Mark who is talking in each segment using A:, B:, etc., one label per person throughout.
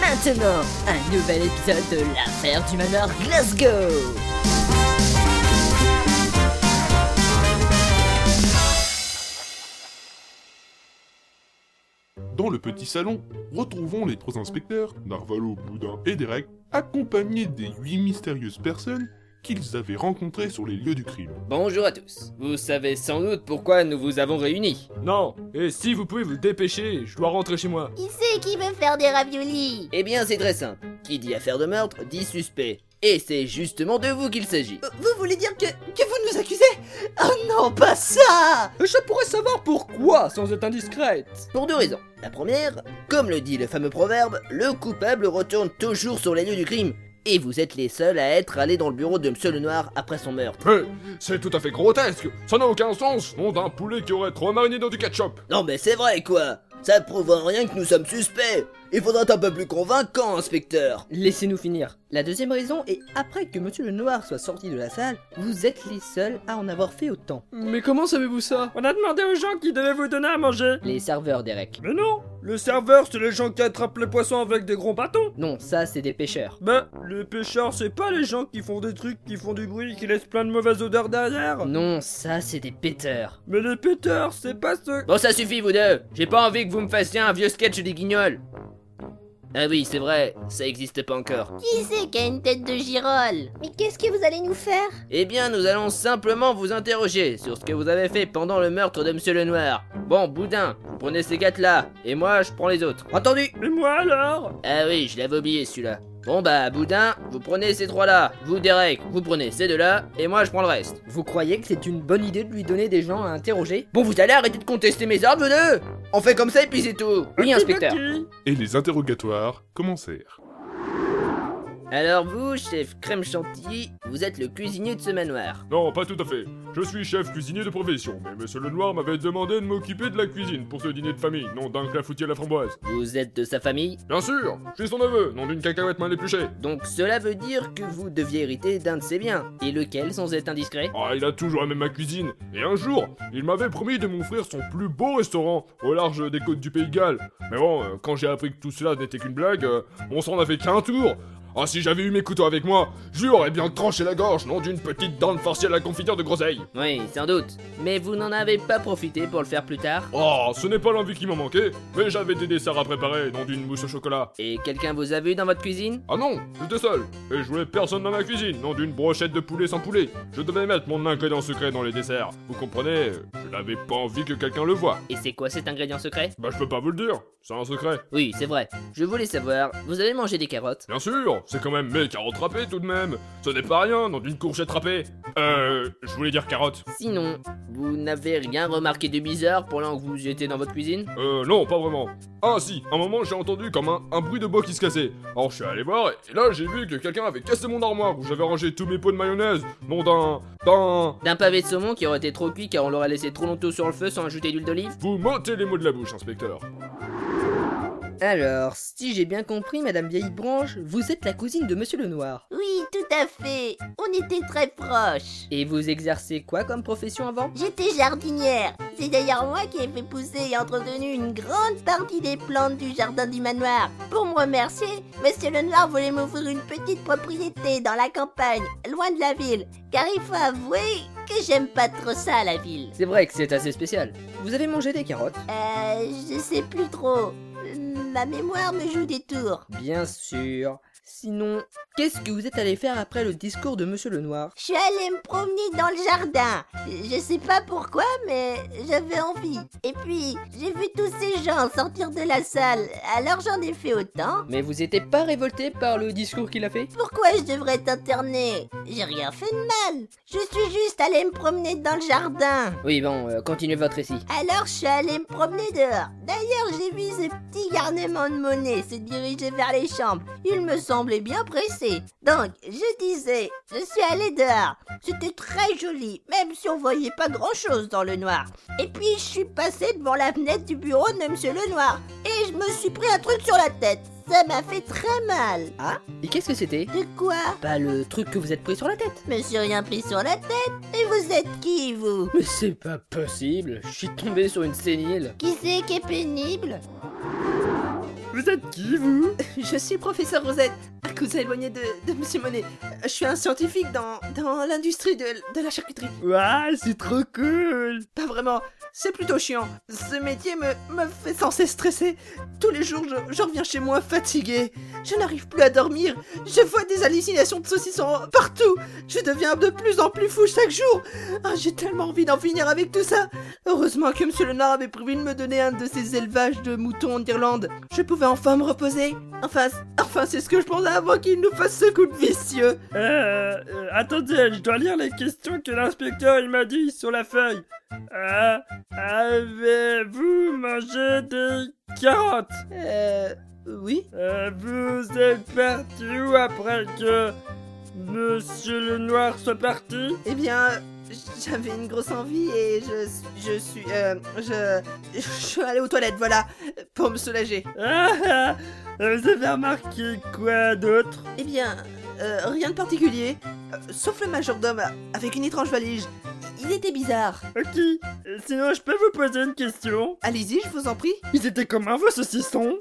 A: maintenant un nouvel épisode de l'affaire du manoir Glasgow.
B: Dans le petit salon, retrouvons les trois inspecteurs, Narvalo, Boudin et Derek, accompagnés des huit mystérieuses personnes qu'ils avaient rencontrées sur les lieux du crime.
C: Bonjour à tous. Vous savez sans doute pourquoi nous vous avons réunis.
D: Non, et si vous pouvez vous dépêcher, je dois rentrer chez moi.
E: Qui c'est qui veut faire des raviolis
C: Eh bien, c'est très simple. Qui dit affaire de meurtre dit suspect. Et c'est justement de vous qu'il s'agit.
F: Vous voulez dire que, que vous nous accusez Oh non, pas ça
G: Je pourrais savoir pourquoi sans être indiscrète.
C: Pour deux raisons. La première, comme le dit le fameux proverbe, le coupable retourne toujours sur les lieux du crime. Et vous êtes les seuls à être allés dans le bureau de Monsieur Lenoir après son meurtre.
D: Hé, c'est tout à fait grotesque. Ça n'a aucun sens. Nom d'un poulet qui aurait trop mariné dans du ketchup.
C: Non mais c'est vrai quoi Ça prouve en rien que nous sommes suspects Il faudra être un peu plus convaincant, inspecteur
G: Laissez-nous finir. La deuxième raison est après que Monsieur le Noir soit sorti de la salle, vous êtes les seuls à en avoir fait autant.
H: Mais comment savez-vous ça
I: On a demandé aux gens qui devaient vous donner à manger.
G: Les serveurs, Derek.
I: Mais non Le serveur, c'est les gens qui attrapent les poissons avec des gros bâtons.
G: Non, ça c'est des pêcheurs.
I: Ben, les pêcheurs, c'est pas les gens qui font des trucs, qui font du bruit, qui laissent plein de mauvaises odeurs derrière.
G: Non, ça c'est des péteurs.
I: Mais les péteurs, c'est pas ceux...
C: Bon, ça suffit, vous deux J'ai pas envie que vous me fassiez un vieux sketch des guignols Ah oui, c'est vrai, ça existe pas encore.
E: Qui c'est qui a une tête de girole Mais qu'est-ce que vous allez nous faire
C: Eh bien, nous allons simplement vous interroger sur ce que vous avez fait pendant le meurtre de Monsieur Lenoir. Bon, Boudin, vous prenez ces quatre-là, et moi, je prends les autres. Entendu
I: Et moi alors
C: Ah oui, je l'avais oublié celui-là. Bon bah, Boudin, vous prenez ces trois-là. Vous, Derek, vous prenez ces deux-là, et moi, je prends le reste.
G: Vous croyez que c'est une bonne idée de lui donner des gens à interroger
C: Bon, vous allez arrêter de contester mes ordres, vous deux On fait comme ça, et puis c'est tout Oui, inspecteur.
B: Et les interrogatoires commencèrent.
C: Alors vous, chef crème chantilly, vous êtes le cuisinier de ce manoir.
D: Non, pas tout à fait. Je suis chef cuisinier de profession, mais Monsieur Lenoir m'avait demandé de m'occuper de la cuisine pour ce dîner de famille, non d'un clafoutier à la framboise.
C: Vous êtes de sa famille,
D: Bien sûr, je suis son neveu, non d'une cacahuète mal épluchée.
C: donc cela veut dire que vous deviez hériter d'un de ses biens. Et lequel, sans être indiscret
D: Ah, il a toujours la même ma cuisine. Et un jour, il m'avait promis de m'offrir son plus beau restaurant au large des côtes du Pays de Galles. Mais bon, euh, quand j'ai appris que tout cela n'était qu'une blague, euh, on s'en avait qu'un tour. Ah, si j'avais eu mes couteaux avec moi, je lui aurais bien tranché la gorge, non d'une petite dinde farcie à la confiture de groseille.
C: Oui, sans doute. Mais vous n'en avez pas profité pour le faire plus tard
D: Oh, ce n'est pas l'envie qui m'en manquait, mais j'avais des desserts à préparer, non d'une mousse au chocolat.
C: Et quelqu'un vous a vu dans votre cuisine
D: Ah non, j'étais seul, et je voulais personne dans ma cuisine, non d'une brochette de poulet sans poulet. Je devais mettre mon ingrédient secret dans les desserts, vous comprenez euh, Je n'avais pas envie que quelqu'un le voie.
C: Et c'est quoi cet ingrédient secret
D: Bah je peux pas vous le dire, c'est un secret.
C: Oui, c'est vrai. Je voulais savoir, vous avez mangé des carottes
D: Bien sûr, c'est quand même mes carottes râpées tout de même. Ce n'est pas rien, non d'une courgette râpée. Euh, je voulais dire carotte.
C: Sinon, vous n'avez rien remarqué de bizarre pendant que vous étiez dans votre cuisine
D: Euh, non, pas vraiment. Ah si, un moment j'ai entendu comme un, un bruit de bois qui se cassait. Alors je suis allé voir, et, et là j'ai vu que quelqu'un avait cassé mon armoire où j'avais rangé tous mes pots de mayonnaise, non d'un... d'un...
C: D'un pavé de saumon qui aurait été trop cuit car on l'aurait laissé trop longtemps sur le feu sans ajouter d'huile d'olive
D: Vous m'ôtez les mots de la bouche, inspecteur.
G: Alors, si j'ai bien compris, Madame Vieille Branche, vous êtes la cousine de Monsieur le Noir.
E: Oui, tout à fait. On était très proches.
G: Et vous exercez quoi comme profession avant
E: J'étais jardinière. C'est d'ailleurs moi qui ai fait pousser et entretenu une grande partie des plantes du jardin du manoir. Pour me remercier, Monsieur Lenoir voulait m'offrir une petite propriété dans la campagne, loin de la ville. Car il faut avouer que j'aime pas trop ça, la ville.
G: C'est vrai que c'est assez spécial. Vous avez mangé des carottes
E: Euh, je sais plus trop. Ma mémoire me joue des tours.
G: Bien sûr. Sinon, qu'est-ce que vous êtes allé faire après le discours de Monsieur le Noir
E: Je suis allée me promener dans le jardin. Je sais pas pourquoi, mais j'avais envie. Et puis, j'ai vu tous ces gens sortir de la salle, alors j'en ai fait autant.
G: Mais vous étiez pas révolté par le discours qu'il a fait
E: Pourquoi je devrais t'interner J'ai rien fait de mal. Je suis juste allée me promener dans le jardin.
G: Oui, bon, euh, continuez votre récit.
E: Alors je suis allée me promener dehors. D'ailleurs, j'ai vu ce petit garnement de monnaie se diriger vers les chambres. Il me semblait bien pressé. Donc, je disais, je suis allée dehors. C'était très joli, même si on voyait pas grand-chose dans le noir. Et puis, je suis passée devant la fenêtre du bureau de Monsieur Lenoir. Et je me suis pris un truc sur la tête. Ça m'a fait très mal.
G: Ah Et qu'est-ce que c'était
E: De quoi
G: Bah, le truc que vous êtes pris sur la tête.
E: Je me suis rien pris sur la tête. Et vous êtes qui, vous
G: Mais c'est pas possible, je suis tombé sur une sénile.
E: Qui c'est qui est pénible
I: Vous êtes qui, vous
J: Je suis professeur Rosette, un cousin éloigné de, de Monsieur Monet. Euh, Je suis un scientifique dans, dans l'industrie de, de la charcuterie.
I: Waouh, c'est trop cool
J: Pas vraiment, c'est plutôt chiant. Ce métier me, me fait sans cesse stresser. Tous les jours, je, je reviens chez moi fatigué. Je n'arrive plus à dormir. Je vois des hallucinations de saucissons partout. Je deviens de plus en plus fou chaque jour. Ah, J'ai tellement envie d'en finir avec tout ça. Heureusement que Monsieur Lenoir avait prévu de me donner un de ses élevages de moutons d'Irlande. Je pouvais enfin me reposer. Enfin, c- enfin c'est ce que je pensais avant qu'il nous fasse ce coup de vicieux.
I: Euh, euh, attendez, je dois lire les questions que l'inspecteur il m'a dit sur la feuille. Euh, avez-vous mangé des carottes
J: Euh... Oui
I: Euh, Vous êtes parti où après que Monsieur le Noir soit parti
J: Eh bien, euh, j'avais une grosse envie et je, je suis... euh, je, je suis allé aux toilettes, voilà, pour me soulager.
I: Ah, ah, Vous avez remarqué quoi d'autre
J: Eh bien, euh, rien de particulier, euh, sauf le majordome euh, avec une étrange valise. Il était bizarre.
I: Ok, euh, sinon je peux vous poser une question
J: Allez-y, je vous en prie.
I: Ils étaient comment vos saucissons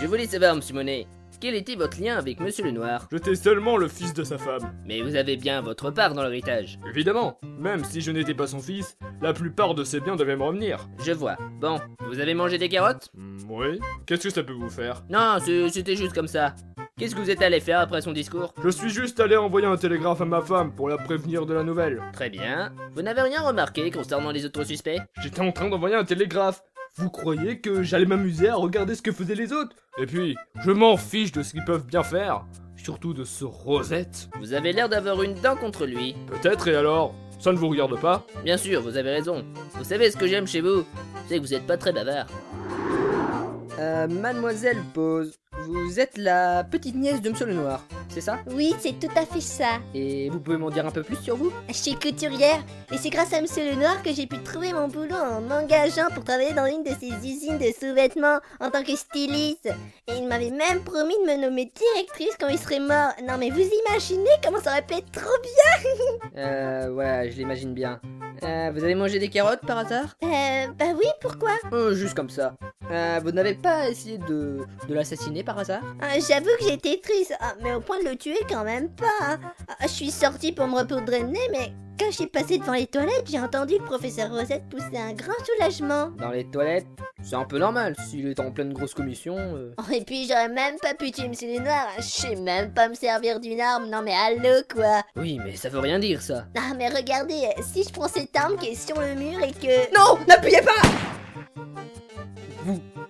C: Je voulais savoir, monsieur Monet, quel était votre lien avec monsieur le Noir
D: J'étais seulement le fils de sa femme.
C: Mais vous avez bien votre part dans l'héritage.
D: Évidemment, même si je n'étais pas son fils, la plupart de ses biens devaient me revenir.
C: Je vois. Bon, vous avez mangé des carottes
D: Hmm, oui Qu'est-ce que ça peut vous faire
C: Non, c'est- c'était juste comme ça. Qu'est-ce que vous êtes allé faire après son discours
D: Je suis juste allé envoyer un télégraphe à ma femme pour la prévenir de la nouvelle.
C: Très bien. Vous n'avez rien remarqué concernant les autres suspects
D: J'étais en train d'envoyer un télégraphe. Vous croyez que j'allais m'amuser à regarder ce que faisaient les autres Et puis, je m'en fiche de ce qu'ils peuvent bien faire. Surtout de ce Rosette.
C: Vous avez l'air d'avoir une dent contre lui.
D: Peut-être, et alors Ça ne vous regarde pas
C: Bien sûr, vous avez raison. Vous savez ce que j'aime chez vous C'est que vous n'êtes pas très bavard.
F: Euh, mademoiselle Pose, vous êtes la petite nièce de Monsieur le Noir, c'est ça
E: Oui, c'est tout à fait ça.
F: Et vous pouvez m'en dire un peu plus sur vous
E: Je suis couturière et c'est grâce à Monsieur Lenoir que j'ai pu trouver mon boulot en m'engageant pour travailler dans une de ses usines de sous-vêtements en tant que styliste. Et il m'avait même promis de me nommer directrice quand il serait mort. Non mais vous imaginez comment ça aurait pu être trop bien
F: Euh, ouais, je l'imagine bien. Euh, vous avez mangé des carottes par hasard
E: Euh, bah oui, pourquoi
F: Euh, Juste comme ça. Euh, vous n'avez pas essayé de, de l'assassiner par hasard
E: Ah, J'avoue que j'étais triste, Ah, mais au point de le tuer quand même pas. hein. Ah, je suis sortie pour me repoudrer le nez, mais quand j'ai passé devant les toilettes, j'ai entendu le professeur Rosette pousser un grand soulagement.
F: Dans les toilettes C'est un peu normal, s'il est en pleine grosse commission. euh.
E: Oh, et puis j'aurais même pas pu tuer Monsieur le Noir, hein. je sais même pas me servir d'une arme, non mais allô quoi.
F: Oui, mais ça veut rien dire ça.
E: Ah mais regardez, si je prends cette arme qui est sur le mur et que...
J: Non, n'appuyez pas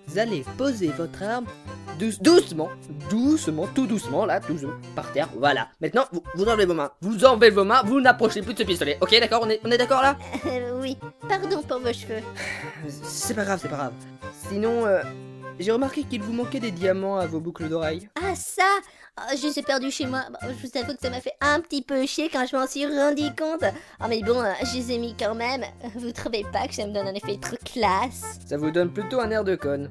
F: Vous allez poser votre arme douce- doucement, doucement, tout doucement, là, doucement, par terre, voilà. Maintenant, vous, vous enlevez vos mains, vous enlevez vos mains, vous n'approchez plus de ce pistolet, ok, d'accord, on est, on est d'accord là
E: Euh, oui, pardon pour vos cheveux.
F: C'est pas grave, c'est pas grave. Sinon, euh, j'ai remarqué qu'il vous manquait des diamants à vos boucles d'oreilles.
E: Ah ça Ah, Je les ai perdus chez moi, Bon, je vous avoue que ça m'a fait un petit peu chier quand je m'en suis rendu compte. Ah mais bon, euh, je les ai mis quand même. Vous trouvez pas que ça me donne un effet trop classe
F: Ça vous donne plutôt un air de conne.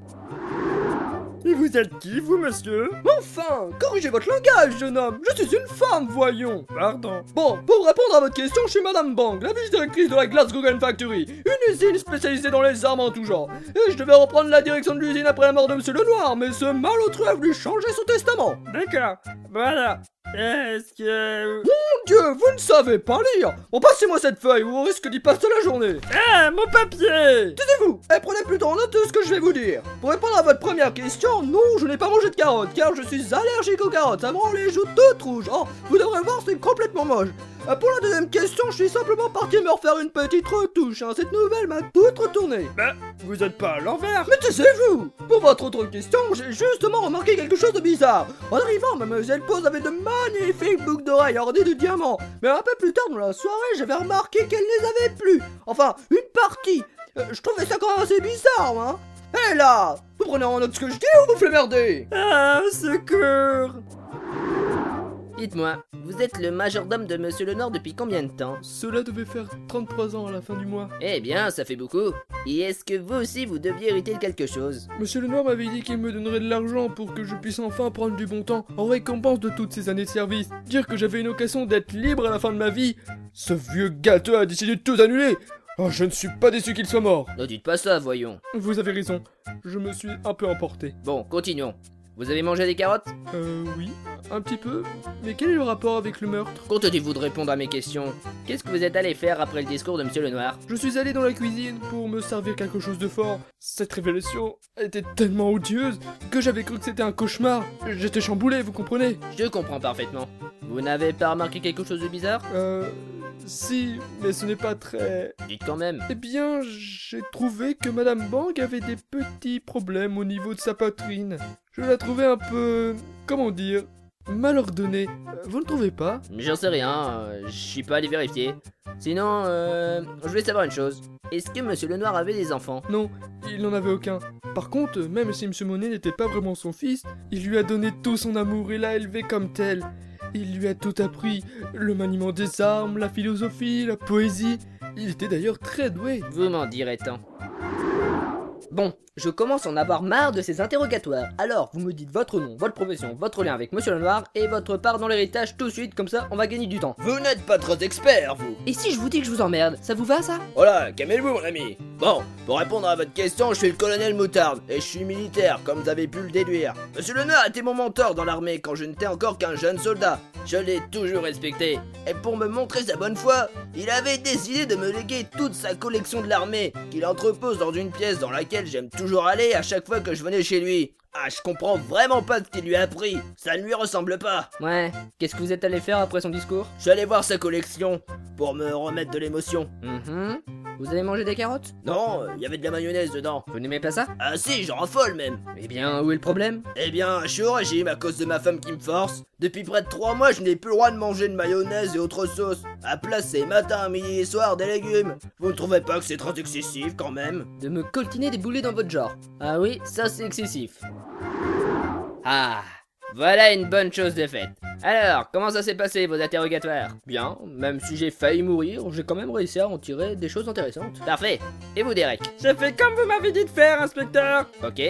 I: Et vous êtes qui, vous, monsieur
F: Enfin, corrigez votre langage, jeune homme. Je suis une femme, voyons.
I: Pardon.
F: Bon, pour répondre à votre question, je suis Madame Bang, la vice-directrice de la Glasgow Gun Factory, une usine spécialisée dans les armes en tout genre. Et je devais reprendre la direction de l'usine après la mort de Monsieur Lenoir, mais ce malheureux a voulu changer son testament.
I: D'accord, voilà. Est-ce que...
F: Mon Dieu, vous ne savez pas lire. Bon, passez-moi cette feuille, ou on risque d'y passer la journée.
I: Ah, mon papier
F: Taisez-vous et prenez plutôt en note de ce que je vais vous dire. Pour répondre à votre première question, non, je n'ai pas mangé de carottes, car je suis allergique aux carottes, ça me rend les joues toutes rouges. Oh, vous devrez voir, c'est complètement moche. Euh, Pour la deuxième question, je suis simplement parti me refaire une petite retouche. hein. Cette nouvelle m'a toute retournée.
I: Vous êtes pas à l'envers
F: Mais taisez-vous Pour votre autre question, j'ai justement remarqué quelque chose de bizarre. En arrivant, Mademoiselle Pose avait de magnifiques boucles d'oreilles ornées de diamants. Mais un peu plus tard dans la soirée, j'avais remarqué qu'elle ne les avait plus. Enfin, une partie. Euh, je trouvais ça quand même assez bizarre, hein. Hé là Vous prenez en note ce que je dis ou vous flemmerder
I: Ah, au secours
C: Dites-moi, vous êtes le majordome de Monsieur Lenoir depuis combien de temps
D: Cela devait faire 33 ans à la fin du mois.
C: Eh bien, ça fait beaucoup. Et est-ce que vous aussi vous deviez hériter de quelque chose
D: Monsieur Lenoir m'avait dit qu'il me donnerait de l'argent pour que je puisse enfin prendre du bon temps en récompense de toutes ces années de service. Dire que j'avais une occasion d'être libre à la fin de ma vie. Ce vieux gâteux a décidé de tout annuler.
I: Oh, je ne suis pas déçu qu'il soit mort.
C: Ne dites pas ça, voyons.
I: Vous avez raison, je me suis un peu emporté.
C: Bon, continuons. Vous avez mangé des carottes
I: Euh, oui, un petit peu. Mais quel est le rapport avec le meurtre
C: Contentez-vous de répondre à mes questions. Qu'est-ce que vous êtes allé faire après le discours de Monsieur Lenoir
I: Je suis allé dans la cuisine pour me servir quelque chose de fort. Cette révélation était tellement odieuse que j'avais cru que c'était un cauchemar. J'étais chamboulé, vous comprenez
C: Je comprends parfaitement. Vous n'avez pas remarqué quelque chose de bizarre
I: Euh, si, mais ce n'est pas très...
C: Dites quand même.
I: Eh bien, j'ai trouvé que Madame Bang avait des petits problèmes au niveau de sa poitrine. Je la trouvais un peu... comment dire Mal ordonnée. Euh, Vous ne trouvez pas
C: J'en sais rien, euh, je suis pas allé vérifier. Sinon, euh, je voulais savoir une chose. Est-ce que Monsieur Lenoir avait des enfants
I: Non, il n'en avait aucun. Par contre, même si M. Monet n'était pas vraiment son fils, il lui a donné tout son amour et l'a élevé comme tel. Il lui a tout appris, le maniement des armes, la philosophie, la poésie. Il était d'ailleurs très doué.
C: Vous m'en direz tant. Bon, je commence à en avoir marre de ces interrogatoires. Alors, vous me dites votre nom, votre profession, votre lien avec Monsieur Lenoir et votre part dans l'héritage tout de suite, comme ça on va gagner du temps.
F: Vous n'êtes pas trop expert, vous.
C: Et si je vous dis que je vous emmerde, ça vous va ça
F: Oh là, calmez-vous, mon ami. Bon, pour répondre à votre question, je suis le colonel Moutarde et je suis militaire, comme vous avez pu le déduire. Monsieur Lenoir était mon mentor dans l'armée quand je n'étais encore qu'un jeune soldat. Je l'ai toujours respecté. Et pour me montrer sa bonne foi, il avait décidé de me léguer toute sa collection de l'armée, qu'il entrepose dans une pièce dans laquelle j'aime toujours aller à chaque fois que je venais chez lui. Ah, je comprends vraiment pas ce qu'il lui a appris. Ça ne lui ressemble pas.
C: Ouais, qu'est-ce que vous êtes allé faire après son discours
F: Je suis allé voir sa collection pour me remettre de l'émotion.
C: Mhm. Vous avez mangé des carottes
F: Non, il y avait de la mayonnaise dedans.
C: Vous n'aimez pas ça
F: Ah si, j'en raffole même.
C: Eh bien, où est le problème
F: Eh bien, je suis au régime à cause de ma femme qui me force. Depuis près de 3 mois, je n'ai plus le droit de manger de mayonnaise et autres sauces. À placer matin, midi et soir des légumes. Vous ne trouvez pas que c'est trop excessif quand même
C: De me coltiner des boulets dans votre genre. Ah oui, ça c'est excessif. Ah, voilà une bonne chose de faite. Alors, comment ça s'est passé vos interrogatoires Bien, même si j'ai failli mourir, j'ai quand même réussi à en tirer des choses intéressantes. Parfait. Et vous, Derek
K: J'ai fait comme vous m'avez dit de faire, inspecteur.
C: Ok.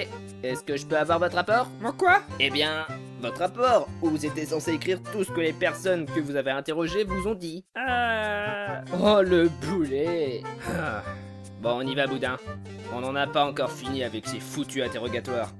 C: Est-ce que je peux avoir votre rapport
K: Mon quoi
C: Eh bien, votre rapport, où vous étiez censé écrire tout ce que les personnes que vous avez interrogées vous ont dit.
K: Euh...
C: Oh le boulet Ah. Bon on y va boudin. On n'en a pas encore fini avec ces foutus interrogatoires.